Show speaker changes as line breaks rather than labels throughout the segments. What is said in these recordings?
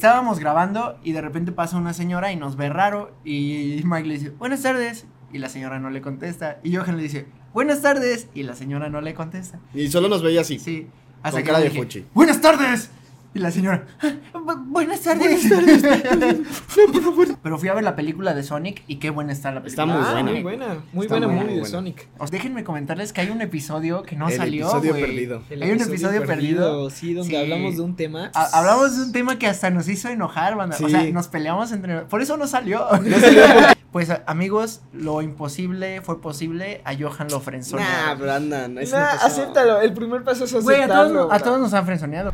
estábamos grabando y de repente pasa una señora y nos ve raro y Mike le dice, buenas tardes, y la señora no le contesta. Y Johan le dice, buenas tardes, y la señora no le contesta.
Y solo nos veía así.
Sí,
Con
que
cara
le
de
dije,
fuchi.
buenas tardes. Y la señora, "Ah, bu- buenas tardes. Pero fui a ver la película de Sonic y qué buena está la película.
Está muy
de
Ah,
buena.
Muy
Sonic.
buena, muy
Está
buena
muy
movie de
buena.
Sonic.
Os déjenme comentarles que hay un episodio que no
El
salió.
episodio
güey.
perdido.
El
Hay un episodio perdido.
Sí, donde
Sí.
hablamos de un tema.
Ha- hablamos de un tema que hasta nos hizo enojar, banda. O
Sí.
sea, nos peleamos entre. Por eso no salió. pues a- amigos, lo imposible fue posible. A Johan lo frenzoneó.
Nah, Brandon. eso no
Nah,
pasó.
acéptalo, el primer paso es
Güey, a todos,
aceptarlo.
nos- a todos nos han frenzoneado.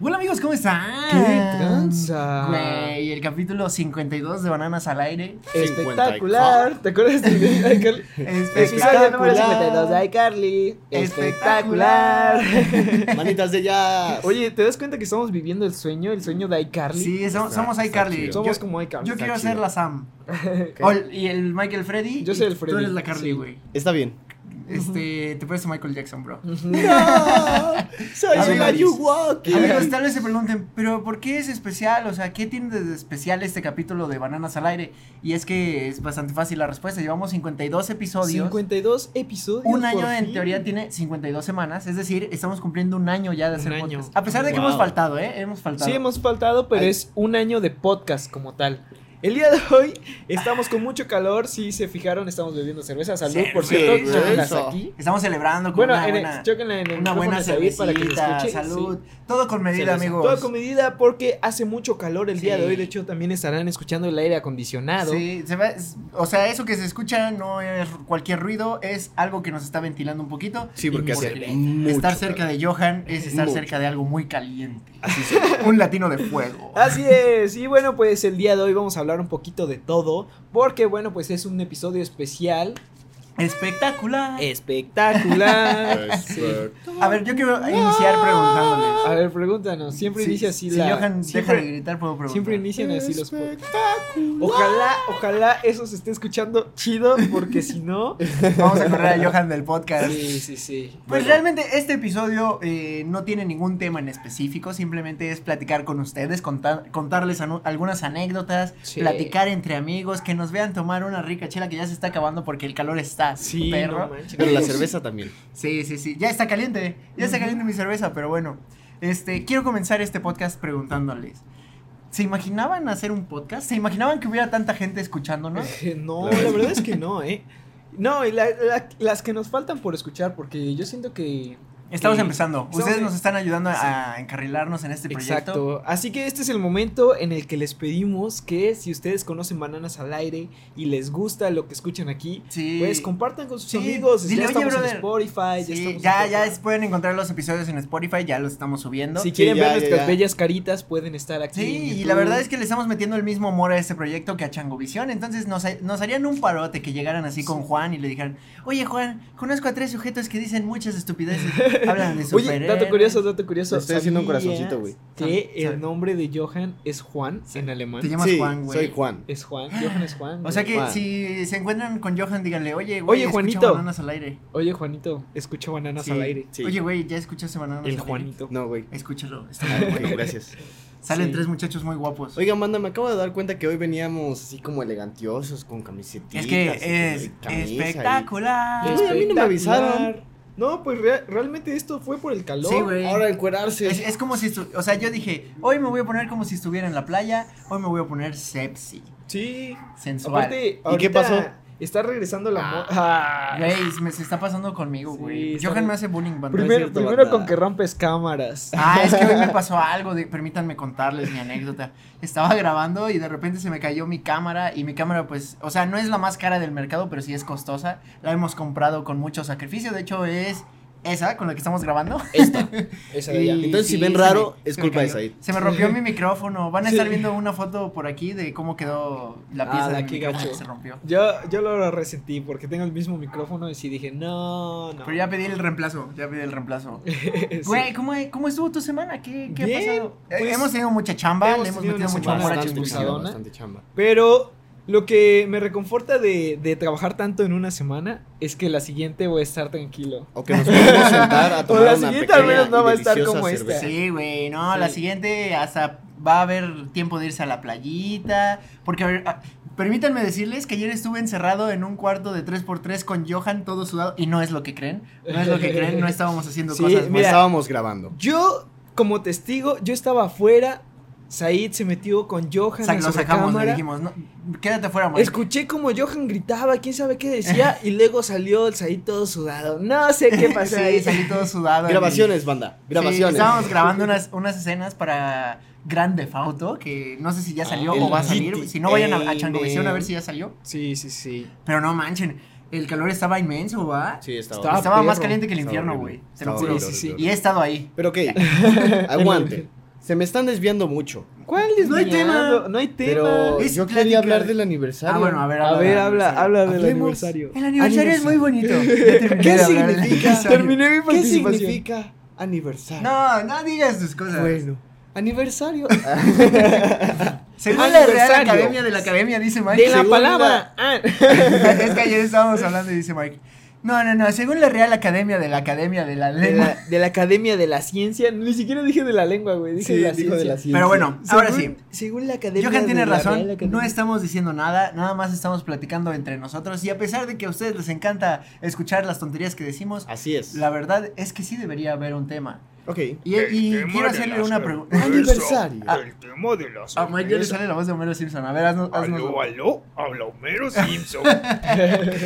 Hola amigos, ¿cómo están?
¿Qué tranza?
Güey, el capítulo 52 de Bananas al Aire.
Espectacular. ¿Te acuerdas de ay, Carly? Episodio número 52 de iCarly.
Espectacular.
Manitas de ya.
Oye, ¿te das cuenta que estamos viviendo el sueño, el sueño de iCarly?
Sí, somos,
Está-
somos
está
iCarly.
chido.
Somos
Yo-
como iCarly.
Yo quiero
chido.
ser la Sam.
Ok.
O el- y el Michael Freddy.
Yo
y
soy el
Tú
Freddy,
eres la Carly,
sí.
güey.
Está bien.
Este, te pareces Michael Jackson, bro.
Ujú.
Soy
Amigos.
una Yuwaki.
Amigos, tal vez se pregunten, pero ¿por qué es especial? O sea, ¿qué tiene de especial este capítulo de Bananas al Aire? Y es que es bastante fácil la respuesta. Llevamos 52 episodios.
52 episodios.
Un
por
año en
fin.
teoría tiene 52 semanas, es decir, estamos cumpliendo un año ya de
Un
hacer
año.
podcast. A pesar de que
Wow.
hemos faltado, ¿eh? Hemos faltado.
Sí, hemos faltado, pero
Ay.
es un año de podcast como tal. El día de hoy estamos con mucho calor. Si se fijaron, estamos bebiendo cerveza. Salud, por cierto.
Cerveza.
chóquenlas aquí.
Estamos celebrando con
Bueno,
una
en el-
buena,
chóquenla en el
una buena
micrófono de David
cervecita,
para que se escuche,
salud.
sí.
Todo con medida,
Cerveza.
amigos.
Todo con medida porque hace mucho calor el día
Sí.
de hoy. De hecho, también estarán escuchando el aire acondicionado.
Sí, se va- es- o sea, eso que se escucha no es cualquier ruido, es algo que nos está ventilando un poquito.
Sí, porque hace
Porque
mucho
estar cerca
calor.
de Johan es estar
Mucho.
cerca de algo muy caliente. un latino de fuego.
Así es, y bueno, pues el día de hoy vamos a hablar un poquito de todo, porque bueno, pues es un episodio especial,
Espectacular.
Eh,
espectacular. Sí.
A ver, yo quiero iniciar preguntándoles.
A ver, pregúntanos, siempre
Si-
inicia así
si
la...
Johan
siempre,
deja de gritar, puedo preguntar.
siempre inician así los... Ojalá, ojalá eso se esté escuchando chido, porque si no...
Vamos a correr a Johan del podcast.
Sí, sí, sí.
Pues
Bueno.
realmente este episodio eh, no tiene ningún tema en específico, simplemente es platicar con ustedes, contar- contarles anu- algunas anécdotas,
Sí.
platicar entre amigos, que nos vean tomar una rica chela que ya se está acabando porque el calor está
Sí,
perro.
no manches.
Pero la cerveza también.
sí, sí, sí, ya está caliente, ya está
Ujú.
caliente mi cerveza, pero bueno, este quiero comenzar este podcast preguntándoles. ¿Se imaginaban hacer un podcast? ¿Se imaginaban que hubiera tanta gente escuchándonos?
Eh, No,
La verdad
la
es
verdad es que no, ¿eh? No, y la- la- las que nos faltan por escuchar, porque yo siento que...
Estamos
Sí.
empezando.
eh, Estamos
Ustedes
en-
nos están ayudando a encarrilarnos en este proyecto.
Exacto. Así que este es el momento en el que les pedimos que si ustedes conocen Bananas al Aire y les gusta lo que escuchan aquí,
Sí.
pues compartan con sus
Sí.
amigos.
Dile,
ya
"Oye,
estamos en
brother". Sí,
Spotify, ya estamos en
ya,
todo
ya
lado.
es- pueden encontrar los episodios en Spotify, ya los estamos subiendo.
Si
Sí,
quieren
ya,
ver
ya,
nuestras
ya.
bellas caritas, pueden estar aquí. en
y
YouTube.
la verdad es que le estamos metiendo el mismo amor a este proyecto que a Changovisión, entonces nos, ha- nos harían un parote que llegaran así con Juan y le dijeran, oye Juan, conozco a tres sujetos que dicen muchas estupideces, hablan de
Oye,
superhéroes.
dato curioso, dato curioso.
Te estoy haciendo un
¿sabías
corazoncito, güey.
Que
Sabe-
el nombre de Johan es Juan en alemán.
Te llamas
Sí,
Juan, güey.
soy Juan.
Es Juan, Johan es Juan.
O sea
güey.
que
Juan.
si se encuentran con Johan, díganle, oye, güey,
Oye,
escucha
Juanito".
Bananas al aire.
Oye, Juanito, escucho bananas
Sí.
al aire.
Sí.
Oye, güey, ¿ya escuchaste Bananas al
El
aire?
Juanito.
No, güey.
Escúchalo, está
Ah,
muy
ok,
bueno.
gracias.
Salen
Sí.
tres muchachos muy guapos.
Oigan, manda, me acabo de dar cuenta que hoy veníamos así como elegantiosos, con camisetitas.
es
y
que
con
es
camisa y-
Ah,
espectacular.
Pues
Güey, a mí no me avisaron.
Espectacular. No, pues rea- realmente esto fue por el calor.
Sí, güey.
Ahora encuerarse.
Es, es como si, estu- o sea, yo dije, hoy me voy a poner como si estuviera en la playa, hoy me voy a poner sexy,
Sí.
sensual.
Aparte,
¿Y qué
ahorita
pasó?
Está regresando
Ah,
la moda.
Güey, me se está pasando conmigo, güey.
Sí,
Johan
está-
me hace bullying, banda.
Primer-
primero
cierto,
primero
banda.
con que rompes cámaras.
Ah, es que hoy me pasó algo, de- permítanme contarles mi anécdota. Estaba grabando y de repente se me cayó mi cámara y mi cámara pues, o sea, no es la más cara del mercado, pero sí es costosa. La hemos comprado con mucho sacrificio, de hecho es esa con la que estamos grabando.
Esta.
Esa
Y
Entonces, si ven
se
raro, es
se
culpa de
cayó.
Said.
Se me rompió mi micrófono. Van a
Sí.
estar viendo una foto por aquí de cómo quedó la
Ah,
pieza
la
de mi
que
micrófono
gacho.
que se rompió.
Yo, yo lo resentí porque tengo el mismo micrófono y sí dije, no, no.
Pero ya pedí el reemplazo, ya pedí el reemplazo.
Sí.
Güey, ¿cómo, ¿cómo estuvo tu semana? ¿Qué, qué ha
Bien,
pasado? Eh,
pues,
hemos tenido mucha chamba,
hemos
le hemos
tenido
metido
una
mucho
semana
amor a
Bastante
Chambas,
Chismosadón.
chamba,
Chambas.
bastante chamba.
Pero Lo que me reconforta de, de trabajar tanto en una semana es que la siguiente voy a estar tranquilo.
O que nos podemos sentar a
O
tomar
la
una
siguiente
pequeña
al menos no
y
va a estar
deliciosa
como esta.
cerveza.
Sí, güey, no, la
Sí.
siguiente hasta va a haber tiempo de irse a la playita, porque a ver, ah, permítanme decirles que ayer estuve encerrado en un cuarto de 3x3 con Johan todo sudado y no es lo que creen, no es lo que creen, no estábamos haciendo
Sí,
cosas.
mira,
Mira,
Estábamos grabando.
Yo, como testigo, yo estaba afuera. Said se metió con Johan en
lo
la
sacamos, le
cámara.
dijimos, no, quédate fuera, Mike.
Escuché como Johan gritaba, quién sabe qué decía, y luego salió el Said todo sudado. No sé qué pasó
Sí,
ahí.
salí todo sudado. en el-
Grabaciones, banda.
Sí,
Grabaciones.
estábamos grabando unas, unas escenas para Grande Fauto, que no sé si ya
Ah,
salió
el
o va a salir.
GTA
Si no, vayan a, a
de-
Changovisión a ver si ya salió.
Sí, sí, sí.
Pero no manchen, el calor estaba inmenso, ¿va?
Sí, estaba.
Estaba-
estaba más
perro.
caliente que el
Estaba
infierno,
horrible.
güey. Te lo
Estaba
juro.
horrible,
Sí, sí, sí.
horrible.
Y he estado ahí.
Pero ok, aguante. Se me están desviando mucho.
¿Cuál
No hay
desviando?
tema.
No hay tema.
Pero
Es
yo quería
plática
hablar
de-
del aniversario.
Ah, bueno, a ver,
A ver,
del
habla,
aniversario.
habla del
Hablemos.
aniversario.
El aniversario es muy bonito.
¿Qué significa? Terminé mi
¿Qué
participación.
significa aniversario?
No, no digas tus cosas.
Pues,
Bueno, aniversario.
Según la Real
Aniversario.
Academia de la Academia, dice Mike.
De la
según
palabra. ah.
es que ayer estábamos hablando y dice Mike. No, no, no. Según la Real Academia de la Academia de la
De
Lengua.
la, de la Academia de la Ciencia. Ni siquiera dije de la lengua, güey. Dije de la
dijo
ciencia.
Pero bueno, ahora sí.
Según la Academia
Johan tiene
de la
razón,
Real Academia-
no estamos diciendo nada, nada más estamos platicando entre nosotros y a pesar de que a ustedes les encanta escuchar las tonterías que decimos,
Así es.
la verdad es que sí debería haber un tema.
Ok.
Y,
El
y
tema
quiero
de
hacerle
las
una pregunta.
cervezas.
Aniversario.
El tema de la
A Mike ya le sale
cerveza.
la voz de Homero Simpson, a ver, haznos, haznos-
Aló, aló, habla Homero Simpson.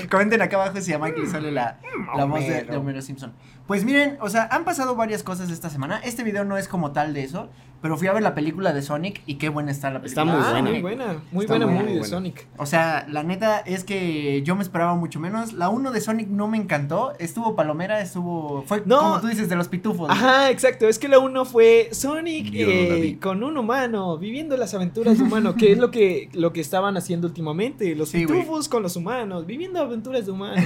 comenten acá abajo si a Mike
Mm,
le sale la, la voz de, de Homero Simpson. Pues miren, o sea, han pasado varias cosas esta semana, este video no es como tal de eso, pero fui a ver la película de Sonic y qué buena está la película.
Está muy
Ah,
buena.
Muy buena. Muy
Está
buena
muy
movie de
buena.
Sonic.
O sea, la neta es que yo me esperaba mucho menos. La 1 de Sonic no me encantó. Estuvo palomera, estuvo. Fue
No.
como tú dices, de los pitufos.
Ajá, exacto. Es que la uno fue Sonic
Yo no la
eh,
vi.
con un humano, viviendo las aventuras de humano, que es lo que, lo que estaban haciendo últimamente. Los
Sí, güey.
pitufos con los humanos, viviendo aventuras de humanos.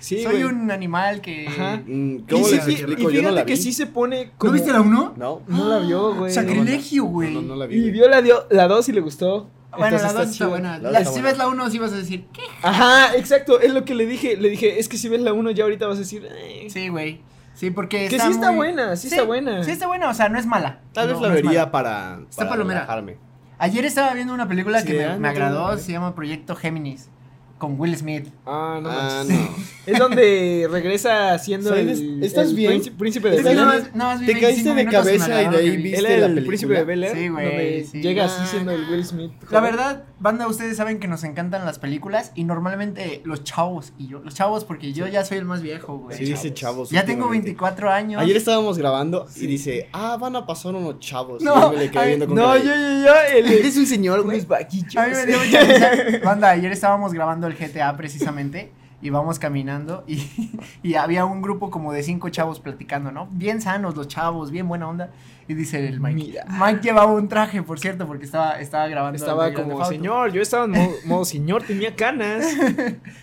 Sí,
Soy
güey.
un animal que.
Ajá.
Mm,
Y,
¿Cómo
sí,
les
sí, y
explico?
fíjate
Yo no la vi.
que sí se pone
¿No
como...
viste la 1?
No.
No la vio, güey.
Sacrilegio,
No,
güey.
no, no la vi.
Y
güey.
vio la, dio- la 2 y le gustó.
Bueno,
Entonces
la 2 está
chido.
buena.
La
La-
está
si
buena.
ves la 1, sí vas a decir, ¿qué?
Ajá, exacto. Es lo que le dije. Le dije, es que si ves la 1 ya ahorita vas a decir... "Ay".
Sí, güey. Sí, porque.
que sí está
muy-
buena, sí, está buena.
Sí, está buena, o sea, no es mala.
Tal vez
No,
la
no es
vería
mala.
para,
Está
para
palomera.
relajarme.
Ayer estaba viendo una película
Sí,
que me,
ah,
me
no tengo
agradó.
idea.
Se llama Proyecto Géminis. Con Will Smith.
Ah, no.
Ah,
manches.
no.
Es donde regresa siendo
¿Sabes?
el,
¿Estás
el
bien?
príncipe- príncipe de
¿Estás
Es que
Belén.
nada más- nada más vi
Pues
25
Te caíste de
minutos y me
cabeza y de
agradó lo
ahí
que vi.
vi-
Él
¿Viste
era
la
el príncipe de
película?
Bel Air.
Sí, güey,
donde
sí.
Llega
Ah.
así siendo el Will Smith.
La
joven.
verdad, banda, ustedes saben que nos encantan las películas y normalmente los chavos y yo, los chavos porque yo ya soy el más viejo, güey.
Sí, dice chavos.
ya tengo
últimamente.
24 años.
Ayer estábamos grabando
Sí.
y dice, ah, van a pasar unos chavos.
No,
y yo me le quedé
ay,
viendo con
No,
cara de-
yo, yo, yo. El,
Eres un señor, güey.
unos vaquillos.
A mí me dio mucha risa. Banda, ayer estábamos grabando el GTA precisamente. Íbamos caminando y, y había un grupo como de cinco chavos platicando, ¿no? Bien sanos los chavos, bien buena onda. Y dice el Mike.
Mira.
Mike llevaba un traje, por cierto, porque estaba, estaba grabando.
Estaba
el Grand
como
Theft Auto.
señor, yo estaba en modo, modo señor, tenía canas.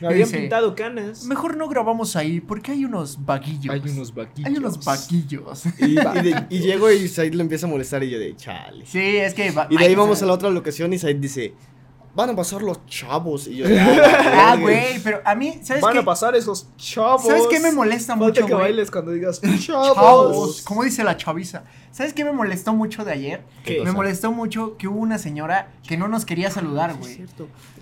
Me habían
Dice,
pintado canas.
Mejor no grabamos ahí porque hay unos vaquillos.
vaquillos.
Hay unos vaquillos.
Y, y de- y llego y Said lo empieza a molestar y yo de, chale.
Sí, es que. va-
Y de ahí
Mike,
vamos
o
a
sea,
la otra locación y Said dice, van a pasar los chavos. Y yo de, "Ah,
Ah, güey, pero a mí, ¿sabes
Van
qué?
a pasar esos chavos.
¿Sabes qué me molesta
Falta
mucho,
que
güey?
bailes cuando digas
Chavos,
chavos.
¿cómo dice la chaviza? ¿Sabes qué me molestó mucho de ayer?
¿Qué?
Me molestó mucho que hubo una señora que no nos quería saludar, güey.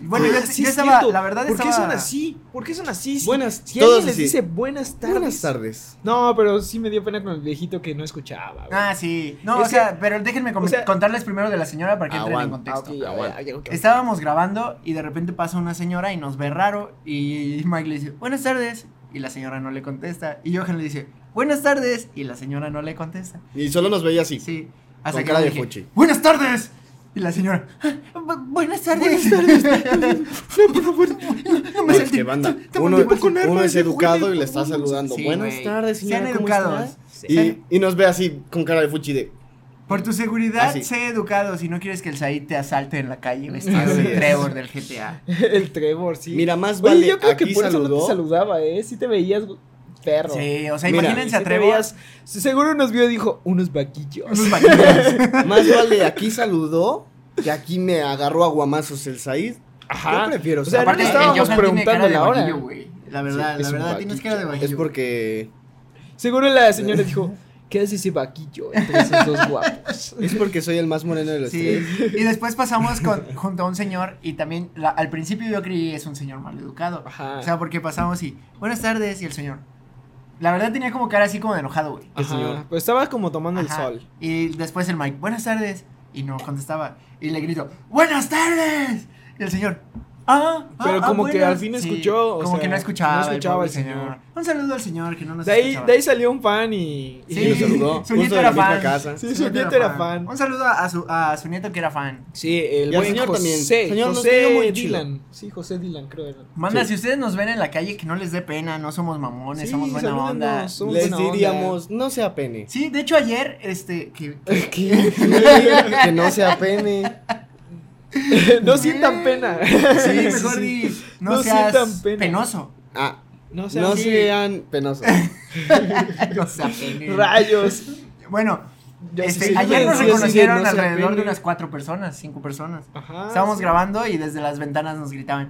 Bueno,
Bueno,
yo, yo estaba, la verdad
¿Por qué
estaba...
son así? ¿Por qué son así? Si-
Buenas-
si
todos
alguien les
así.
dice buenas tardes.
Buenas tardes.
No, pero sí me dio pena con el viejito que no escuchaba. güey.
Ah, sí. No,
Es
o sea, pero déjenme com-
o sea- Ah,
contarles primero de la señora para que entren en
Aguanta,
contexto.
ok, ya,
Aguanta.
ya, ya, ok.
Estábamos grabando y de repente pasa una señora y nos ve raro y Mike le dice, buenas tardes, y la señora no le contesta. Y Johan le dice, buenas tardes, y la señora no le contesta.
Y solo nos veía así.
Sí.
Con
que
cara
yo
de fuchi.
Buenas tardes. Y la señora. "Ah, bu- buenas tardes.
No, por favor.
no
No,
me
es
salté.
que, banda,
Te- te
uno,
mandé
con
uno
armas
es
de
educado
juguete,
y le
por
está
favor.
saludando.
Sí,
Buenas
güey.
tardes, señora.
Sean
¿cómo
educados.
está?" Y, y nos ve así con cara de fuchi de
Por tu seguridad,
Así.
sé educado si no quieres que el Said te asalte en la calle vestido
Así
de
es.
Trevor del GTA.
El Trevor, sí.
mira más
Oye,
vale
yo creo
aquí
que por eso no
saludó
te saludaba, ¿eh? Sí te veías perro.
Sí, o sea,
Mira,
imagínense
Sí
a
te
Trevor.
veías- seguro nos vio y dijo, unos vaquillos.
unos vaquillos.
más vale aquí saludó que aquí me agarró a guamazos el Said
Ajá.
Yo prefiero.
O sea, no
Aparte,
le
el
estábamos
Johan tiene cara
preguntando
de
la hora.
vaquillo, güey. La verdad,
Sí,
la
es un
verdad, tienes cara de vaquillo.
Es porque.
Seguro la señora dijo, ¿qué hace ese vaquillo entre esos dos guapos?
Es porque soy el más moreno de los
Sí,
tres.
y después pasamos con, junto a un señor y también la- al principio yo creí es un señor maleducado.
Ajá.
O sea, porque pasamos y buenas tardes y el señor. La verdad tenía como cara así como de enojado, güey.
Ajá,
señor.
Pero Pues estaba como tomando
Ajá.
el sol.
Y después el Mike, buenas tardes. Y no contestaba. Y le grito, buenas tardes. Y el señor, ah, ah,
Pero
ah,
como que
buenas".
al fin
Sí,
escuchó, o
como
sea,
que no escuchaba.
no
el
escuchaba
pobre
al señor.
Un saludo al señor que no nos
De ahí,
escuchaba.
de ahí salió un fan y, y
Sí.
Y lo saludó.
su
Justo
nieto
de
era
la misma
fan.
casa.
Sí, su nieto era fan.
Un saludo a su, a su nieto que era fan.
Sí, el
Y al
buen
señor
José,
también. Señor, nos
José
cayó muy chido.
Dylan. Sí, José Dylan, creo era.
Manda,
Sí.
si ustedes nos ven en la calle, que no les dé pena, no somos mamones,
Sí,
somos buena
salúdenos,
onda.
somos
Les
buena onda.
diríamos, no sea pene.
Sí, de hecho ayer, este, que...
Que- que no sea pene.
no sientan pena.
Sí,
sí,
mejor
sí.
di, no,
No
seas
sientan pena.
penoso.
Ah,
No sean
no
así.
sean penosos.
no sea pene.
Rayos.
Bueno,
Ya
este,
sí, sí,
ayer
sí,
nos
sí, sí,
reconocieron
no sea
alrededor
pene.
de unas cuatro personas, cinco personas.
Ajá,
Estábamos
sí.
grabando y desde las ventanas nos gritaban,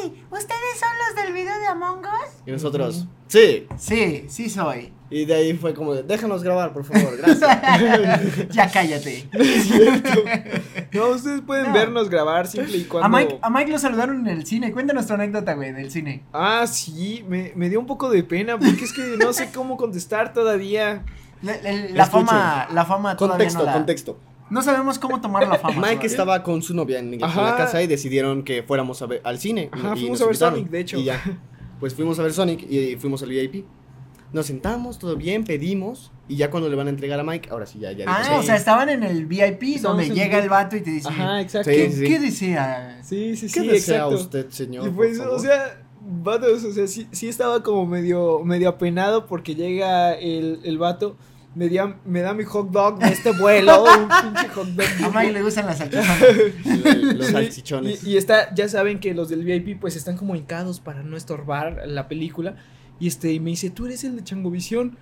¡Ey! ¿Ustedes son los del video de Among Us?
Y nosotros, sí.
Sí, sí soy.
Y de ahí fue como, de, déjanos grabar, por favor, gracias.
ya cállate.
No, ustedes pueden
No.
vernos grabar simple y cuando.
A Mike, a Mike lo saludaron en el cine. Cuéntanos tu anécdota, güey, del cine.
Ah, sí, me, me dio un poco de pena porque es que no sé cómo contestar todavía.
La, la- la
Escucho.
fama, la fama todavía
contexto,
no la-
contexto.
No sabemos cómo tomar la fama.
Mike
todavía.
estaba con su novia en, en
Ajá.
la casa y decidieron que fuéramos a ver, al cine.
Ajá,
y nos
fuimos a ver
invitaron.
Sonic, de hecho.
Y ya, pues fuimos a ver Sonic y, fuimos al VIP. Nos sentamos, todo bien, pedimos. Y ya cuando le van a entregar a Mike, ahora sí, ya, ya.
Ah,
dijo,
o
sí.
sea, estaban en el VIP
Estábamos
donde
en
llega
el-
el vato y te dice,
Ajá, exacto.
¿qué,
Sí, sí, sí.
qué deseas?
Sí, sí, sí,
¿qué desea
exacto.
usted, señor?
Y
por
pues, o
favor?
sea, vatos, o sea, sí, sí estaba como medio, medio apenado porque llega el, el vato, me, dia- me da mi hot dog de este vuelo, un pinche hot dog.
A Mike le gustan las salchichas.
Los
Sí,
salchichones.
Y, y está, ya saben que los del VIP pues están como hincados para no estorbar la película. Y este, y me dice, tú eres el de Changovisión.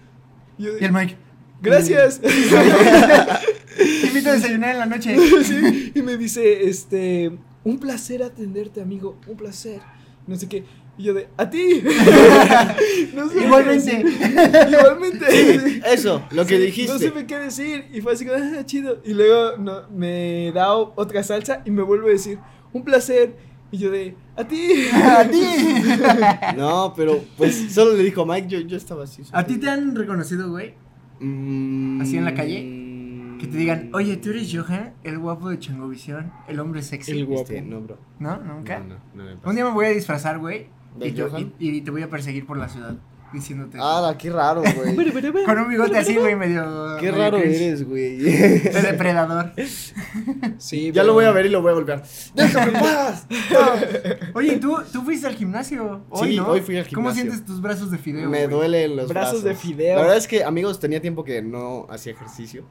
Y yo,
Y el Mike,
gracias.
te invito a desayunar en la noche.
Sí, y me dice, este, un placer atenderte, amigo, un placer. No sé qué. Y yo de, a ti. No sé.
Igualmente.
Igualmente.
Eso, lo que
Sí,
dijiste.
No supe qué decir. Y fue así como, ah, chido. Y luego no, me da o- otra salsa y me vuelve a decir, un placer. Y yo de, a ti.
A ti.
No, pero pues solo le dijo a Mike, yo, yo estaba así.
¿A ti te han reconocido, güey?
Mm.
¿Así en la calle? Que te digan, oye, tú eres Johan, el guapo de Changovisión, el hombre sexy.
El guapo.
Este, no, bro.
¿No? ¿Nunca?
No, no, no me pasa.
Un día me voy a disfrazar, güey.
¿De
Y, te-
Johan?
y- y te voy a perseguir por la ciudad diciéndote. eso.
Ah, qué raro, güey.
Con un bigote así, güey, medio.
qué
medio
raro
cringe.
eres, güey.
De depredador.
Sí,
ya lo voy a ver y lo voy a golpear. ¡Déjame en paz!
Oye, ¿tú, tú fuiste al gimnasio. Hoy,
Sí,
¿no?
hoy fui al
¿Cómo
gimnasio.
sientes tus brazos de fideo?
Me
güey?
duelen los brazos.
Brazos de fideo.
La verdad es que, amigos, tenía tiempo que no hacía ejercicio.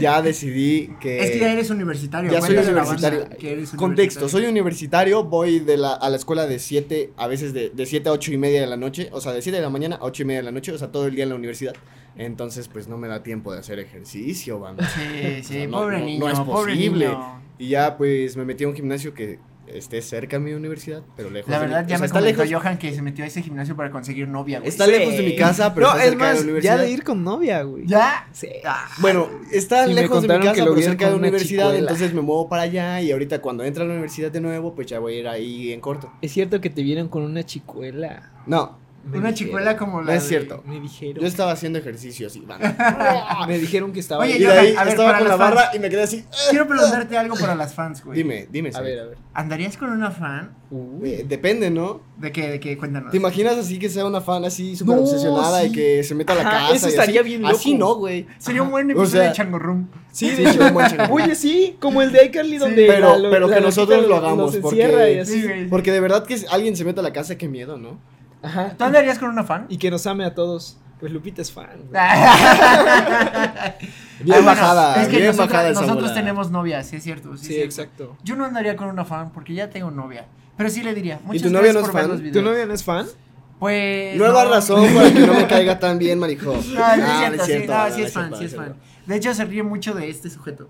ya decidí que...
Es que ya eres universitario.
Ya soy
cuéntale a la banda
universitario.
que eres
Contexto,
universitario.
soy universitario, voy de la, a la escuela de 7, a veces de, de 7 a 8 y media de la noche, o sea, de 7 de la mañana a 8 y media de la noche, o sea, todo el día en la universidad. Entonces, pues no me da tiempo de hacer ejercicio, banda.
Sí,
O
sí,
sea, no-
pobre
no- no
niño.
es
pobre
posible.
niño.
Y ya, pues me metí a un gimnasio que esté cerca de mi universidad, pero lejos.
La
de mi-
verdad, ya
o sea,
me
está
comentó
lejos.
Johan que se metió a ese gimnasio para conseguir novia, güey.
Está lejos de mi casa, pero
No,
está
es
cerca de la
más, ya
universidad.
de ir con novia, güey.
¿Ya?
Sí.
Ah,
Bueno, está
Sí, me
lejos de mi
contaron
casa,
que lo
pero
vieron
cerca de la
con una
universidad,
chicuela.
entonces me muevo para allá y ahorita cuando entre a la universidad de nuevo, pues ya voy a ir ahí en corto.
Es cierto que te vieron con una chicuela.
No,
Me
Una
dijeron.
chicuela como la.
no es
de-
cierto.
Me dijeron.
Yo estaba haciendo ejercicio así, banda.
Me dijeron que estaba.
Oye,
Y de
Johan,
ahí
a ver,
estaba
para
con la
los
barra
fans.
y me quedé así. "Ah".
Quiero preguntarte algo para las fans, güey.
Dime, dime.
a
Said.
ver, a ver.
¿Andarías con una fan?
Eh, Depende, ¿no?
¿De qué? ¿De qué? Cuéntanos.
¿Te imaginas así que sea una fan así súper
No,
obsesionada
sí.
y que se meta a la
Ajá,
casa?
eso
y
estaría
así?
bien loco.
Así no, güey.
Sería un
Ajá.
buen
O
episodio
sea-
de Changorrum.
Sí,
Sí,
de hecho.
un buen chango.
Oye, sí, como el de iCarly donde.
pero-
lo-
pero que nosotros
loquita
lo hagamos,
nos
porque-
encierra y
Sí,
así.
güey.
Porque de verdad que si alguien se meta a la casa, qué miedo, ¿no?
Ajá.
¿Tú andarías con una fan?
Y que nos ame a todos. Pues Lupita es fan. güey.
Bien
Ah, bueno,
bajada,
Es que
bien
nosotros,
bajada esa
nosotros
bola.
tenemos novia, sí es cierto. Sí,
Sí,
es cierto.
exacto.
Yo no andaría con una fan porque ya tengo novia. Pero sí le diría, muchas
tu novia
gracias
no es
por ver
fan?
los
¿Tu
videos.
¿Tu novia no es fan?
Pues.
Nueva
no.
razón para que no me caiga tan bien, marijo.
No, no,
Ah,
es cierto, sí, no,
no,
sí
no
es fan,
cierto,
sí es
no
fan. De hecho, se ríe mucho de este sujeto.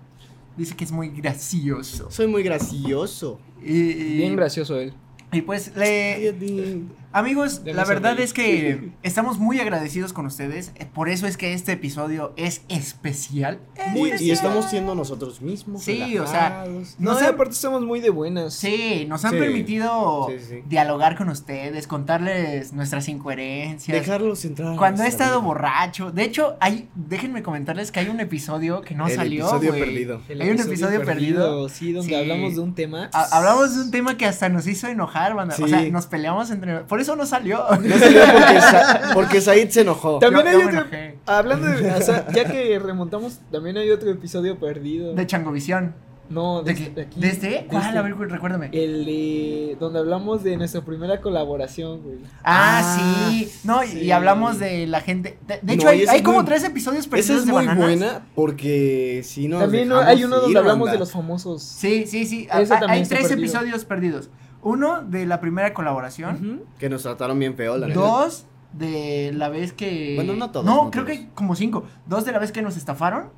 Dice que es muy gracioso.
Soy muy gracioso.
Y, y-
Bien gracioso él.
y pues le,
Cállate.
Amigos,
De
la
mis
verdad
amigos.
es que estamos muy agradecidos con ustedes. eh, Por eso es que este episodio es especial.
Muy- y estamos siendo nosotros mismos.
Sí, o sea,
Relajados.
no
No,
sé-
sé, aparte estamos muy de buenas.
Sí, nos han
Sí,
permitido
sí, sí.
dialogar con ustedes, contarles nuestras incoherencias.
Dejarlos entrar. a
Cuando he
nuestra
estado
vida.
borracho. De hecho, hay, déjenme comentarles que hay un episodio que no
El
salió.
episodio
güey.
perdido.
El
Hay un episodio perdido.
Sí, donde
Sí.
hablamos de un tema.
Ha- Hablamos de un tema que hasta nos hizo enojar, banda. O
Sí.
sea, nos peleamos entre. Por eso no salió.
No salió porque, Sa- porque Said se enojó.
También
Yo-
hay
yo me
otro-
enojé.
Hablando de. O sea, ya que remontamos, también hay otro episodio perdido.
De Changovisión.
no,
¿De,
de,
qué?
de aquí.
¿De este?
De
¿Cuál?
este.
A ver, güey, recuérdame.
El de. Donde hablamos de nuestra primera colaboración, güey.
Ah,
Ah,
sí. No, y- y
sí.
hablamos de la gente. De, de
No,
hecho, hay,
esa
hay
es
como
muy-
tres episodios
Esa
perdidos
es
de
muy
bananas.
buena porque si no.
también no- hay uno donde hablamos de los famosos.
Sí, sí, sí.
Ese
Ah, ah,
también
Hay
está
tres
perdido.
episodios perdidos. Uno de la primera colaboración.
Ujú.
Que nos trataron bien feo, la neta.
Dos de la vez que.
Bueno, no todos,
No,
no
creo
todos.
que como cinco. Dos de la vez que nos estafaron.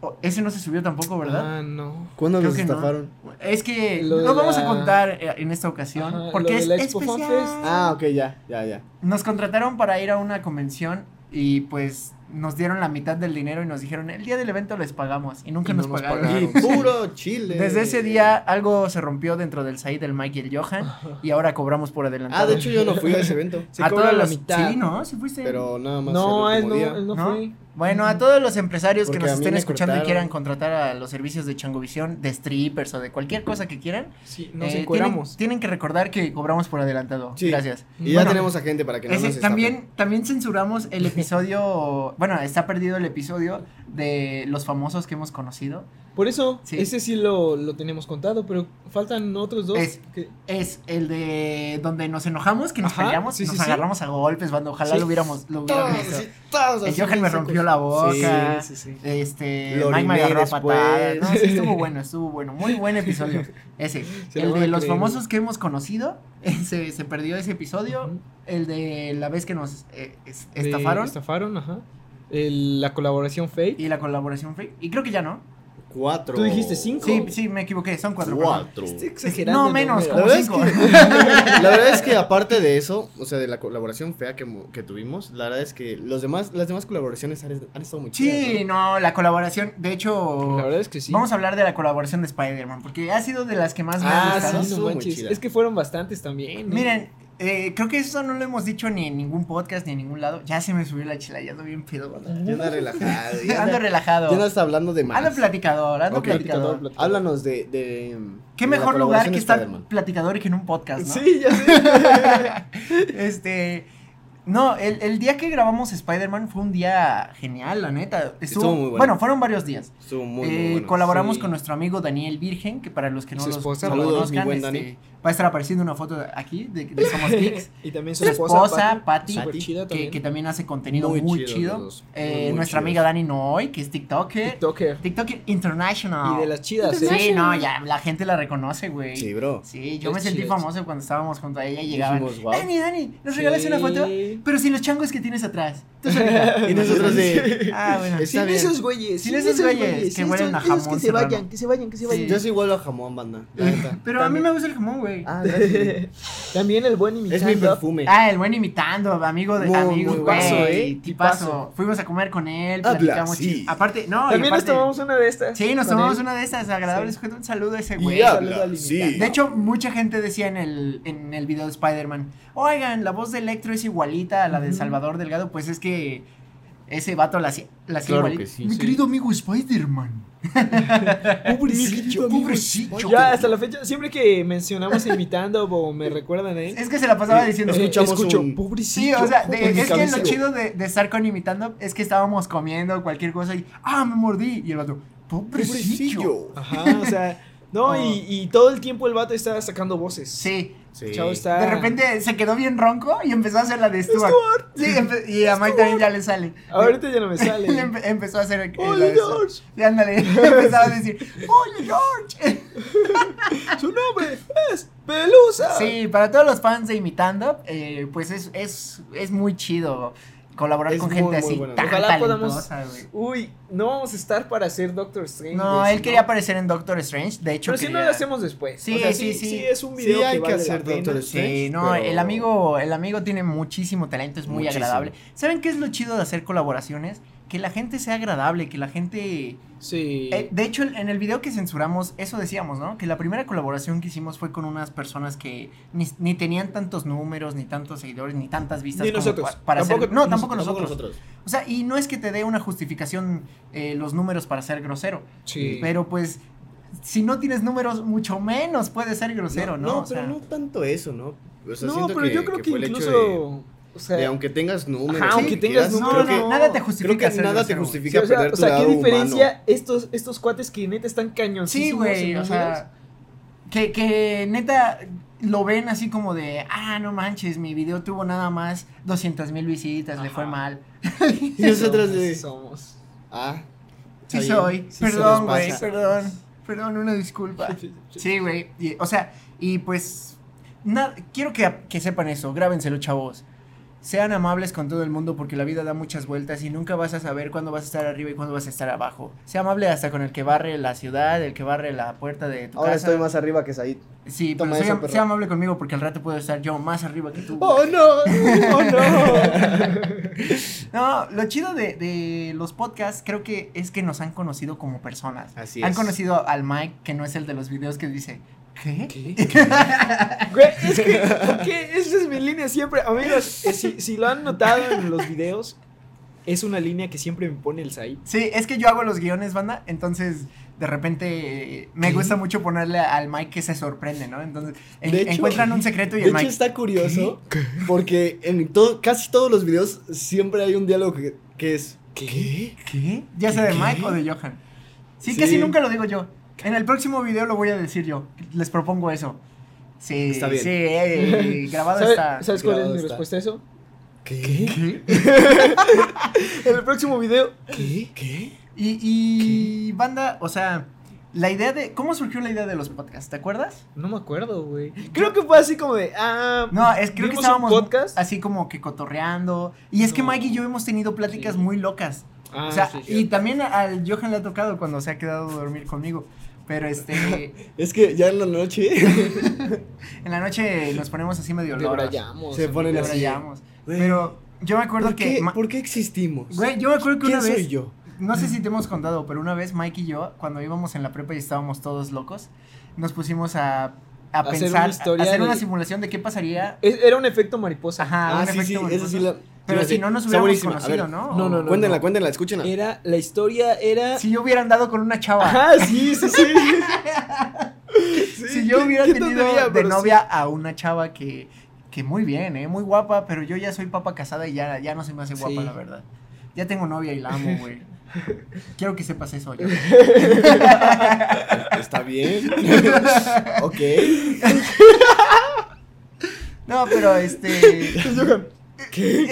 O- ese no se subió tampoco, ¿verdad?
Ah, no.
¿Cuándo
Creo
nos
que no.
estafaron?
Es que
Lo de
no vamos a
la-
contar eh, en esta ocasión.
Ajá,
porque
lo
es
de la Expo
especial.
Fanfest.
Ah, ok, ya, ya, ya.
Nos contrataron para ir a una convención y pues nos dieron la mitad del dinero y nos dijeron, el día del evento les pagamos y nunca
Y
nos,
no nos
pagaron.
Y puro chile.
Desde ese día algo se rompió dentro del Said, el Mike y el Johan y ahora cobramos por
Ah,
adelantado.
de hecho yo no fui a ese evento.
Se
a
cobra
todos
la
los-
mitad.
Sí, ¿no? Sí fuiste.
Pero nada más.
No,
el
él
último
no,
día.
él no
¿No?
fue.
Bueno, a todos los empresarios
Porque
que
a
nos
mí
estén
me
escuchando y
cortaron.
quieran contratar a los servicios de Changovisión, de strippers o de cualquier cosa que quieran,
Sí,
eh,
nos
tienen-
encueramos.
tienen que recordar que cobramos por adelantado.
Sí.
Gracias.
Y ya
Bueno,
tenemos a gente para que no
Ese-
nos estafen.
también, también censuramos el episodio, bueno, está perdido el episodio de los famosos que hemos conocido.
Por eso,
Sí.
ese sí lo, lo tenemos contado, pero faltan otros dos.
Es-
que-
Es el de donde nos enojamos, que nos
Ajá,
peleamos,
sí,
nos
sí, sí.
agarramos a golpes, cuando ojalá
Sí.
lo hubiéramos, lo hubieran
Todos,
visto.
sí, todos
El
así,
Johan me
secos.
rompió la boca.
Sí, sí, sí.
Este,
Lo
Mike me
orimé
agarró a
después.
patadas. No, sí, estuvo bueno, estuvo bueno. Muy buen episodio. Ese.
Se lo
El
van
de
a
los
creer.
famosos que hemos conocido. ese- se perdió ese episodio. El de la vez que nos eh, es-
de-
estafaron.
Estafaron, ajá. El- la colaboración fake.
Y la colaboración fake. Y creo que ya no.
Cuatro.
Tú dijiste cinco.
Sí, sí, me equivoqué. Son cuatro. perdón.
Cuatro.
Estoy
No,
el
menos,
La
número.
como
verdad, es
cinco.
que, la verdad es que aparte de eso, o sea, de la colaboración fea que, mo- que tuvimos, la verdad es que los demás, las demás colaboraciones han, han estado muy chidas.
Sí,
¿no?
no, la colaboración. De hecho,
La verdad es que sí.
vamos a hablar de la colaboración de Spider-Man. Porque ha sido de las que más me ha
Ah,
gustado.
sí,
Estuvo
no
muy
manches.
chida.
Es que fueron bastantes también. ¿eh?
Miren, eh, creo que eso no lo hemos dicho ni en ningún podcast ni en ningún lado. Ya se me subió la chila, ya ando bien pedo. banda.
Yo ando relajado. Ya
Ando
anda-
relajado.
ya no está hablando de más.
Ando platicador, ando
Ok,
platicador.
platicador.
Háblanos de. de, mm,
Qué
de la
mejor lugar
colaboración
que
de
estar
Spider-Man.
platicador que en un podcast, ¿no?
Sí, ya sé.
este. No, el, el día que grabamos Spider-Man fue un día genial, la neta. Estuvo,
Estuvo muy bueno.
fueron varios días.
Estuvo muy,
Eh,
muy bueno.
Colaboramos
Sí.
con nuestro amigo Daniel Virgen, que para los que
Y
no
su
los
esposa,
no lo
saludos, mi
conozcan,
buen
este,
Dani.
va a estar apareciendo una foto aquí de, de Somos Geeks.
Y también su
su esposa, Patty,
súper chida
que,
también.
que también hace contenido muy,
Muy
chido.
chidos los dos,
Eh,
muy, muy
nuestra
chidos.
amiga Dani Noy, que es TikToker.
TikToker.
TikToker International.
Y de las chidas, ¿eh?
Sí, no, ya la gente la reconoce, güey.
Sí,
Sí.
bro.
yo
Es
me sentí
chido.
famoso cuando estábamos junto a ella y llegaban.
Dijimos, "Guau".
Dani, Dani, ¿nos regalas una foto?
Sí.
Pero sin los changos que tienes atrás. Tú solita.
Y nosotros de.
Ah, bueno.
Está
Sin
bien.
esos güeyes.
Sin esos güeyes que
esos-
huelen a
esos
jamón
Que se
serrano.
vayan, que se vayan, que se vayan.
Yo soy igual a jamón, banda. la neta.
Pero a mí me gusta el jamón, güey. Ah.
Ah, gracias.
También el buen
es
imitando.
mi perfume.
el buen imitando, amigo de
Muy,
amigo,
muy
güey.
guaso, ¿eh?
Tipazo.
Tipazo.
Fuimos a comer con él,
Habla,
platicamos
sí.
chido. Aparte, no, y
También nos
aparte-
tomamos una de estas.
Sí, nos
con
tomamos
él.
una de esas agradables. Un saludo a ese güey.
Y
saludo al
habla.
invitado.
Sí.
De hecho, mucha gente decía en el, en el video de Spider-Man, oigan, la voz de Electro es igualita a la de
Ujú.
Salvador Delgado, pues es que ese vato la hacía la hacía
Claro
igualita.
que sí,
Mi
sí.
querido amigo Spider-Man.
Pobrecillo,
pobrecillo.
Ya hasta la fecha, siempre que mencionamos imitando o me recuerdan a él. eh,
Es que se la pasaba diciendo...
escucha- escuchamos
escucho,
un-
Sí,
pobrecillo.
o sea, de-
en mi
es que lo
cabeza".
chido de, de estar con imitando es que estábamos comiendo cualquier cosa y, ah, me mordí. Y el vato, pobrecillo.
Pobrecillo.
Ajá, o sea, no,
Ah.
y, y todo el tiempo el vato está sacando voces.
Sí,
Sí.
Chao está.
de repente se quedó bien ronco y empezó a hacer la de Stuart. Sí, empe- y a Mike también ya le sale.
Ahorita ya no me
Le
sale. Oh,
empe- empezó a hacer. eh, la
¡Hola,
de-
George!
Sí, ándale, empezaba a decir, ¡Oye, George!
¡Su nombre es Pelusa!
Sí, para todos los fans de Imitando, eh, pues es, es, es muy chido. colaborar
Es
con
muy,
gente
muy
así
bueno.
tan
Ojalá podamos-
talentosa, güey.
Uy, no vamos a estar para hacer Doctor Strange.
No,
güey,
él
si
quería aparecer en Doctor Strange, de hecho
Pero si no
quería-
lo hacemos después.
Sí,
O sea,
sí, sí.
es un
Sí,
video
hay
que,
que
vale
hacer
la pena.
Doctor
Sí,
Strange,
no,
pero-
el amigo, el amigo tiene muchísimo talento, es muy
Muchísimo.
agradable. ¿Saben qué es lo chido de hacer colaboraciones? Que la gente sea agradable, que la gente...
Sí.
Eh, de hecho, en el video que censuramos, eso decíamos, ¿no? Que la primera colaboración que hicimos fue con unas personas que ni, ni tenían tantos números, ni tantos seguidores, ni tantas vistas.
Ni
como
nosotros.
pa- Para hacer-
Tampoco-
No, tampoco
Tampoco
nosotros. O sea, y no es que te dé una justificación eh, los números para ser grosero,
sí.
pero pues... Si no tienes números, mucho menos puede ser grosero, ¿no?
No,
O
pero
sea,
no tanto eso, ¿no? O sea,
no,
siento
pero yo creo que,
fue el hecho
incluso.
de-
o sea,
de aunque tengas números.
Ajá,
y
aunque
que
tengas
quieras,
No,
números,
creo
no,
que-
nada te
Creo
justifica.
que
ser
nada te
grosero, güey.
sí,
justifica
o sea,
perder
o
tu
sea, ¿qué
lado
diferencia
humano.
estos, estos cuates que neta están cañoncísimos?
Sí, güey,
en
o
números?
sea, que, que neta lo ven así como de, ah, no manches, mi video tuvo nada más 200 mil visitas, le fue
Ajá.
mal.
Y nosotros
Somos,
de-
Somos.
Ah,
Sí
está
soy,
bien, sí se
perdón,
nos
güey,
pasa.
perdón, perdón, una disculpa. Sí, güey, y- o sea, y pues, na- quiero que, que sepan eso, grábenselo, chavos. Sean amables con todo el mundo porque la vida da muchas vueltas y nunca vas a saber cuándo vas a estar arriba y cuándo vas a estar abajo. Sea amable hasta con el que barre la ciudad, el que barre la puerta de tu
Ahora
casa.
estoy más arriba que Said.
Sí,
Toma
pero
eso,
sea,
perro.
sea amable conmigo porque al rato puedo estar yo más arriba que tú.
¡Oh, no! ¡Oh, no!
No, lo chido de, de los podcasts creo que es que nos han conocido como personas.
Así
Han
es.
conocido al Mike, que no es el de los videos que dice, ¿qué?
Güey, es que, ¿por qué? Esa es mi línea siempre. Amigos, eh, si, si lo han notado en los videos, es una línea que siempre me pone el Said.
Sí, es que yo hago los guiones, banda, entonces de repente eh, me
¿Qué?
gusta mucho ponerle al Mike que se sorprende, ¿no? Entonces en-
De hecho-
encuentran un secreto y
De
el
hecho,
Mike...
está curioso porque en todo, casi todos los videos siempre hay un diálogo que, que es. ¿Qué?
¿Qué? Ya sea de
¿Qué?
Mike o de Johan. Sí,
Sí.
casi nunca lo digo yo. En el próximo video lo voy a decir yo. Les propongo eso. Sí,
Está bien.
sí, eh, grabado
¿Sabe-
está.
¿Sabes cuál es
grabado
mi
está.
respuesta a eso?
¿Qué?
En el próximo video.
¿Qué? ¿Qué?
Y, y banda, o sea, la idea de. ¿Cómo surgió la idea de los podcasts? ¿Te acuerdas?
No me acuerdo, güey. Creo que fue así como de. Ah,
No, es creo que
¿vimos
estábamos
un podcast.
así como que cotorreando. Y es que
No.
Mike y yo hemos tenido pláticas
Sí.
muy locas.
Ah,
o sea,
sí,
y
cierto.
también al Johan le ha tocado cuando se ha quedado a dormir conmigo. Pero este,
Es que ya en la noche
en la noche nos ponemos así medio loros.
Debrayamos.
se ponen
Ahora
así.
llegamos.
Güey,
Pero yo me acuerdo
¿por
que.
qué-
ma-
¿Por qué existimos?
Güey, yo me acuerdo que
¿Quién
una vez.
soy yo?
No sé si te hemos contado, pero una vez Mike y yo, cuando íbamos en la prepa y estábamos todos locos, nos pusimos a, a
Hacer
pensar.
una
a-
historia
a hacer
de-
una simulación de qué pasaría.
Es- Era un efecto mariposa.
Ajá,
Ah,
un
sí, sí,
efecto
esa sí
mariposa.
la-
Pero
sí,
si no nos hubiéramos
está buenísima. A ver,
conocido, ¿no?
no, no, no.
Cuéntenla, cuéntenla, escúchenla.
Era, la historia era.
Si yo hubiera andado con una chava.
Ajá, sí, sí, sí. Sí,
Si yo
qué-
hubiera
qué
tenido
tontería,
de
pero sí.
novia a una chava que, que muy bien, ¿eh? Muy guapa, pero yo ya soy papa casada y ya, ya no se me hace guapa,
Sí.
la verdad. Ya tengo novia y la amo, güey. Quiero que sepas eso, yo.
Está bien. ok.
No, pero este...
Johan,
¿Qué?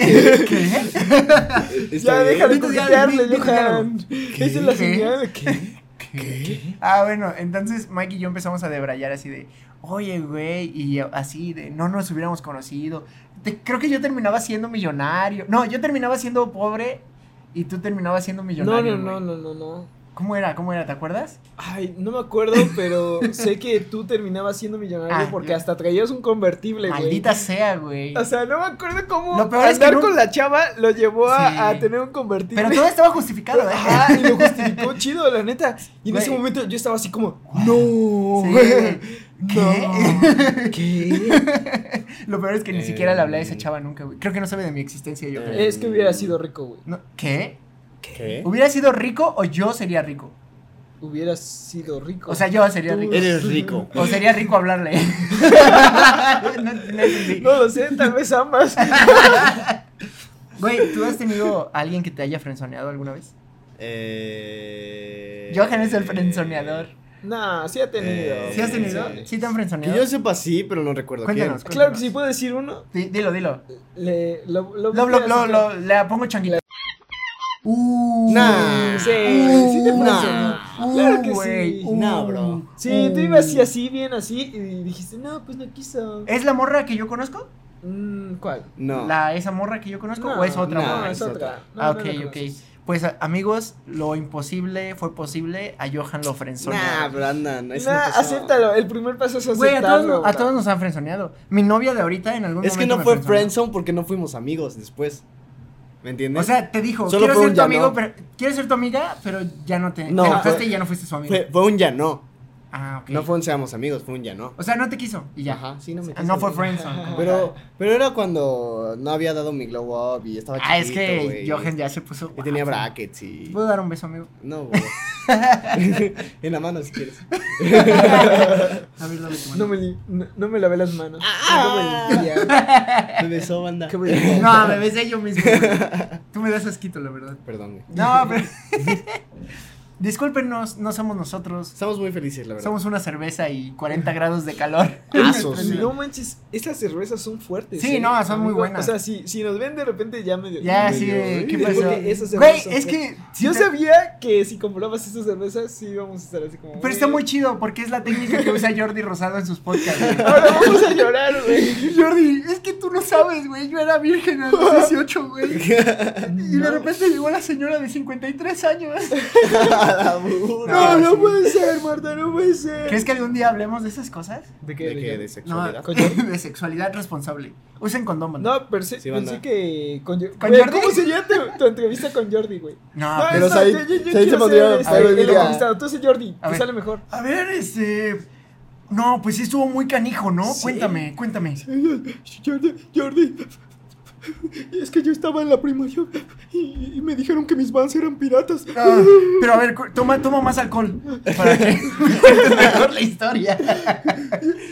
Está bien.
ya deja de
Ahorita ya,
coquetearle,
ahorita ya.
Johan. Esa es la
¿Qué?
señal.
¿Qué?
Ah, bueno, entonces Mike y yo empezamos a debrayar así de... Oye, güey, y así de... No nos hubiéramos conocido. Te- creo que yo terminaba siendo millonario. No, yo terminaba siendo pobre y tú terminabas siendo
No,
millonario,
no,
güey.
no, no, no, no.
¿Cómo era? ¿Cómo era? ¿Te acuerdas?
Ay, no me acuerdo, pero sé que tú terminabas siendo millonario
Ah,
porque
yo-
hasta traías un convertible, güey.
Maldita sea, güey.
O sea, no me acuerdo cómo
Lo peor
andar
es que no-
con la chava lo llevó a,
Sí.
a tener un convertible.
Pero todo estaba justificado, ¿eh?
Ajá, y lo justificó chido, la neta. Y en
Güey.
ese momento yo estaba así como,
Sí,
no,
güey.
no, ¿qué?
Lo peor es que ni
Eh.
siquiera le hablé a esa chava nunca, güey. Creo que no sabe de mi existencia yo. creo.
Eh.
Es que hubiera sido rico, güey.
No, ¿Qué?
¿Eh?
¿Qué?
¿Hubiera sido rico o yo sería rico?
Hubiera sido rico.
O sea, yo sería
Tú-
rico.
Eres rico.
O sería rico hablarle. no, no entendí.
no lo sé, tal vez ambas.
Güey, ¿tú has tenido a alguien que te haya frenzoneado alguna vez?
Eh...
Johan es el frenzoneador.
nah, sí ha tenido.
Eh,
¿Sí has tenido?
sí.
¿Sí te han
Que
frenzoneado?
yo sepa sí, pero no recuerdo. quién.
Cuéntanos.
Claro que sí, puedo decir uno.
Di- Dilo, dilo.
Le, lo, lo,
Lo, lo, lo, lo- le pongo changuito. Uh,
Nah.
Sí, sí te
Uh,
funcionó.
uh,
Claro que
güey,
sí.
uh.
Nah, bro.
Sí, tú
Uh.
ibas así, así, bien así, y dijiste, no, pues no quiso.
Eh. ¿Es la morra que yo conozco?
Mm, ¿Cuál?
No.
¿La, ¿Esa morra que yo conozco o es otra
no,
morra?
No, es otra. No,
ah,
no
ok,
la
ok.
conoces.
Pues a- amigos, lo imposible fue posible. A Johan lo frenzoneó.
Nah, Brandon. eso no
Nah,
pasó.
acéptalo. El primer paso es
Güey, a todos,
aceptarlo.
a
bro.
todos nos han frenzoneado. Mi novia de ahorita en algún
Es que
momento
no
me
fue
frenzoneó.
friendzone porque no fuimos amigos después. ¿Me entiendes?
O sea, te dijo,
Solo
quiero
fue
ser
un
tu
ya
amigo,
no.
pero quiero ser tu amiga, pero ya no te,
No,
te enojaste
fue-
y ya no fuiste su amigo.
fue, fue un ya no.
ah, ok.
No fue un seamos amigos, fue un ya no.
o sea, no te quiso y ya.
Ajá, sí, no me
Ah, no
quiso,
fue
güey.
friendzone. como-
Pero, pero era cuando no había dado mi glow up y estaba
ah, es
chiquito,
que
güey.
Johan ya se puso.
Y tenía
guapo.
brackets y.
¿Puedo dar un beso, amigo?
No, güey. en la mano si quieres.
A ver, dame tu mano.
No me, li- no, no me lavé las manos.
Ah.
Qué buen día.
Me besó, banda.
Qué buen día.
No, me besé yo mismo. güey. Tú me das asquito, la verdad.
Perdón, güey.
No, pero. Discúlpenos, no somos nosotros.
Estamos muy felices, la verdad.
Somos una cerveza y 40 grados de calor.
Asos.
No manches, estas cervezas son fuertes.
Sí,
¿eh?
no, son muy
Amigo,
buenas.
O sea, si, si nos ven de repente ya medio.
Ya,
sí,
así de.
güey.
¿Qué
Es
pasó?
porque esas
Güey,
cervezas son
es que. si
Yo
te-
sabía que si comprabas estas cervezas, sí íbamos a estar así como.
Pero está muy
güey,
chido porque es la técnica que usa Jordi Rosado en sus podcasts. güey.
Ahora vamos a llorar, güey.
Jordi, es que tú no sabes, güey. Yo era virgen a los 18, güey. Y de
No.
repente llegó la señora de 53 años.
No,
No,
no puede ser, Marta, no puede ser.
¿Crees que algún día hablemos de esas cosas?
¿De qué?
¿De qué? ¿De sexualidad?
con-
de sexualidad responsable. Usen condón. banda.
No, pero sí-
Sí, banda.
pensé que con, Jordi.
¿Con Jordi?
¿Cómo sería tu, tu entrevista con Jordi, güey?
No,
No,
pero
es
ahí-
más, yo- yo- yo
ahí se
quiero
podría-
ser, este,
ahí
el
diría-
entrevistado. Tú eres Jordi,
A
te
ver.
sale mejor.
A ver, este. No, pues sí estuvo muy canijo, ¿no?
Sí.
Cuéntame, cuéntame.
Jordi, Jordi. Es que yo estaba en la primaria y, me dijeron que mis vans eran piratas.
Ah, pero a ver, cu- toma, toma más alcohol. Para que me cuentes mejor la historia.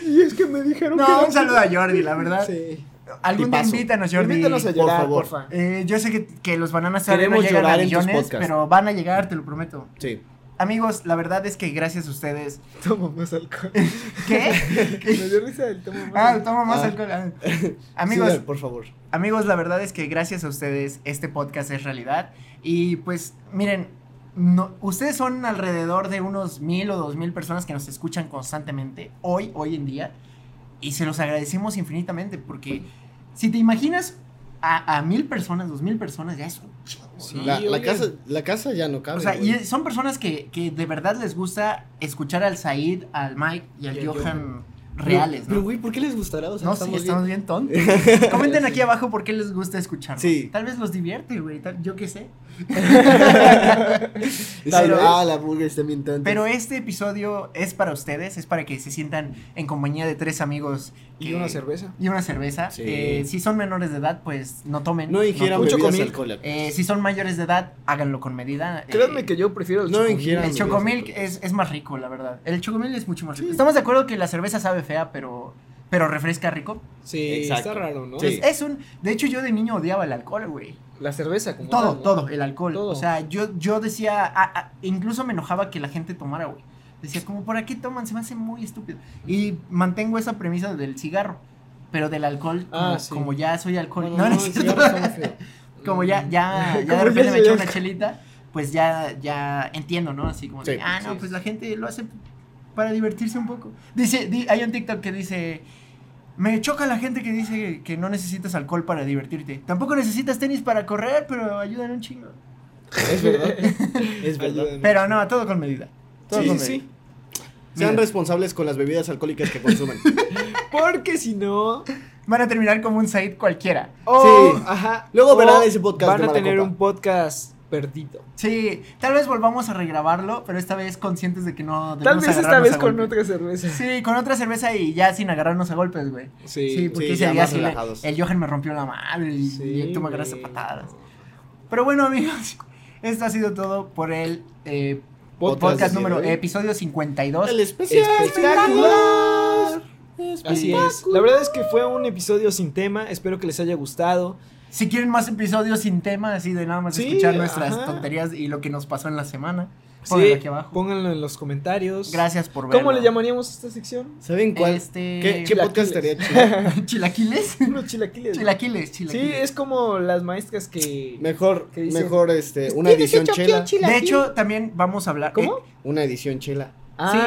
Y es que me dijeron
No, un saludo a Jordi, la verdad.
Sí.
Algún día
Tipazo.
invítanos, Jordi.
Invítanos a
por
llorar,
favor.
porfa.
Eh, yo sé que, que los bananas todavía no
Queremos
llegan a
llorar en tus
millones,
podcasts.
pero van a llegar, te lo prometo.
Sí.
Amigos, la verdad es que gracias a ustedes.
Toma más alcohol.
¿Qué?
me dio risa el toma más
Ah,
alcohol.
toma más
Ah.
alcohol. ah. Amigos,
Sí, por favor.
Amigos, la verdad es que gracias a ustedes este podcast es realidad. Y pues, miren, no- ustedes son alrededor de unos mil o dos mil personas que nos escuchan constantemente hoy, hoy en día. Y se los agradecemos infinitamente porque si te imaginas a, a mil personas, dos mil personas, ya es un chingo, ¿no?
Sí,
la, la
oigan.
casa, la casa ya no cabe.
O sea,
güey.
y es- son personas que, que de verdad les gusta escuchar al Said, al Mike y al
Y al
Johan reales,
Pero,
¿no?
güey, ¿por qué les gustará? O sea,
No, sí,
estamos
estamos bien tontos. Comenten aquí abajo por qué les gusta escucharnos.
Sí.
Tal vez los divierte, güey. tal- Yo qué sé.
bien. Dicen,
Pero-
ah, la burger está bien tonta.
Pero este episodio es para ustedes, es para que se sientan en compañía de tres amigos.
Y
que-
una cerveza.
Y una cerveza.
Sí.
Eh, si son menores de edad, pues no tomen.
no ingieran
tomen.
mucho
bebidas
comil.
alcohólicas.
Eh, si son mayores de edad, háganlo con medida. eh,
Créanme que yo prefiero el
No
chocomil.
ingieran
El
bebidas
chocomilk
alcohólicas.
es, es más rico, la verdad. El chocomilk es mucho más rico. Estamos de acuerdo que la cerveza sabe fea, pero, pero refresca rico.
Sí,
Exacto.
está raro, ¿no?
Sí.
Es un... De hecho, yo de niño odiaba el alcohol, güey.
La cerveza, como.
Todo,
tal, ¿no?
todo, el alcohol.
Todo.
O sea, yo, yo decía, ah, ah, incluso me enojaba que la gente tomara, güey. Decía, como, ¿por aquí toman? Se me hace muy estúpido. Y mantengo esa premisa del cigarro, pero del alcohol, como,
Ah, sí.
como ya soy alcohólico.
Bueno,
No, no,
no,
es
el
cierto.
cigarro está muy feo.
como ya, ya, ya de
Como
repente
ya
me
soy
echo una
alco-
chelita, pues ya, ya entiendo, ¿no? Así como, de,
Sí,
ah, no,
sí.
pues la gente lo hace para divertirse un poco. Dice, di- hay un TikTok que dice... Me choca la gente que dice que no necesitas alcohol para divertirte. Tampoco necesitas tenis para correr, pero ayudan un chingo.
Es verdad. es verdad.
Ayúdenme.
Pero no, todo con medida. Todo
Sí,
con
sí,
medida.
sí. Sean
Mira.
responsables con las bebidas alcohólicas que consumen.
Porque si no.
Van a terminar como un Said cualquiera.
O,
Sí.
Ajá.
Luego
o
verán ese podcast
Van
de
a
Mala
tener
Copa.
un podcast perdido.
Sí, tal vez volvamos a regrabarlo, pero esta vez conscientes de que no
Tal
debemos
vez esta
agarrarnos
vez
a
con
golpes.
otra cerveza.
Sí, con otra cerveza y ya sin agarrarnos a golpes, güey. Sí,
pues,
porque
sí,
ese
ya
día
más
sí le-
relajados.
el Johan me rompió la mano y,
Sí,
y tú me agarraste
güey.
patadas. Pero bueno, amigos, esto ha sido todo por el eh, podcast,
Podcast
número,
de hoy.
episodio 52.
El especial
Espectacular.
espectacular.
Así es. La verdad es que fue un episodio sin tema. Espero que les haya gustado.
Si quieren más episodios sin tema, así de nada más
Sí,
escuchar nuestras
ajá.
tonterías y lo que nos pasó en la semana,
Sí,
pónganlo aquí abajo.
Pónganlo en los comentarios.
Gracias por verlo.
¿Cómo le llamaríamos a esta sección?
¿Saben cuál?
Este-
¿Qué, qué podcast
Chilaquiles.
estaría chido?
¿Chilaquiles?
Unos chilaquiles. ¿no?
Chilaquiles,
Sí,
chilaquiles.
es como las maestras que.
Mejor,
¿Qué dice?
mejor este, una edición chela.
De hecho, también vamos a hablar.
¿Cómo?
eh,
Una edición chela.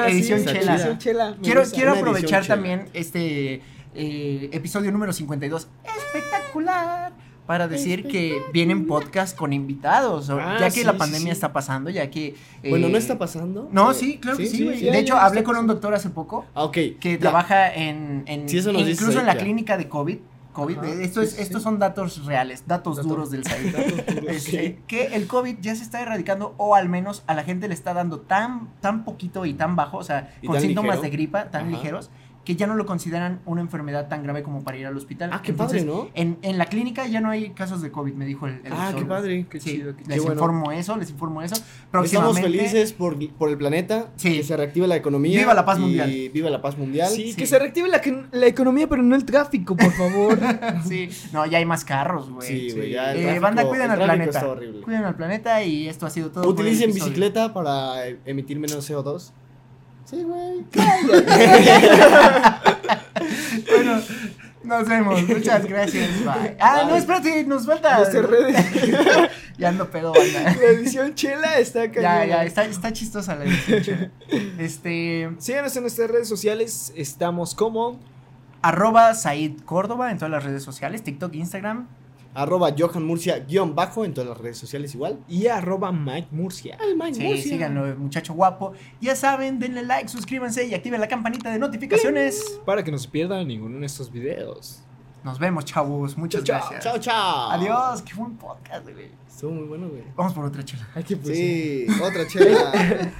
edición
chela.
Ah, Edición chela. me
quiero
gusta.
quiero
Una edición
aprovechar
chela.
también este eh, episodio número 52. Espectacular. Para decir que vienen podcasts con invitados, o-
Ah,
ya que
sí,
la
sí,
pandemia
sí.
está pasando, ya que... eh,
Bueno, ¿no está pasando?
No,
Eh,
sí, claro que sí.
sí,
güey.
sí,
de
ya,
hecho,
ya está
hablé con un
pasando.
doctor hace poco
Ah, ok.
que
ya.
trabaja en, en-
Sí, eso nos dice,
incluso en la
ya.
clínica de COVID. COVID,
Ajá,
esto
sí,
es,
sí,
estos
sí.
son datos reales, datos
Dato-
duros del site. Este,
Ok.
que el COVID ya se está erradicando o al menos a la gente le está dando tan, tan poquito y tan bajo, o sea,
Y
con
tan
síntomas
ligero.
de gripa tan
Ajá.
ligeros, que ya no lo consideran una enfermedad tan grave como para ir al hospital.
Ah, qué
Entonces,
padre, ¿no?
En, en la clínica ya no hay casos de COVID, me dijo el, el
Ah,
doctor.
qué padre.
Qué
Sí,
chido, qué-
les
qué bueno.
informo eso, les informo eso.
Estamos
Próximamente,
felices por, por el planeta,
Sí.
que se reactive la economía.
Viva la paz
y
mundial.
Viva la paz mundial.
Sí,
Sí.
que se reactive la, que- la economía, pero no el tráfico, por favor.
Sí, no, ya hay más carros, güey.
Sí, güey.
sí.
ya el
Eh,
tráfico-
banda, cuiden
el
al
tráfico
planeta.
está horrible.
Cuiden al planeta y esto ha sido todo. por el
Utilicen
episodio.
bicicleta para eh, emitir menos CO2. Sí, güey.
Bueno, nos vemos. Muchas gracias. Bye. Ah, no,
Bye.
espérate, nos falta.
Nuestras redes.
ya ando pedo, banda.
La edición chela está
Ya,
cañona.
ya, está, está chistosa la edición. chela. Este,
Síganos en nuestras redes sociales. Estamos como
arroba Said Córdoba en todas las redes sociales, TikTok, Instagram.
Arroba Johan Murcia guión bajo en todas las redes sociales igual.
y arroba Mike Murcia.
Al Mike
Sí,
Murcia.
síganlo, muchacho guapo. Ya saben, denle like, suscríbanse y activen la campanita de notificaciones.
Para que no se pierdan ninguno de estos videos.
Nos vemos, chavos. Muchas
Chao,
gracias.
Chao, chao.
Adiós, qué buen podcast, güey.
Estuvo muy bueno, güey.
pues,
Vamos por otra chela.
Hay que
Sí, otra chela.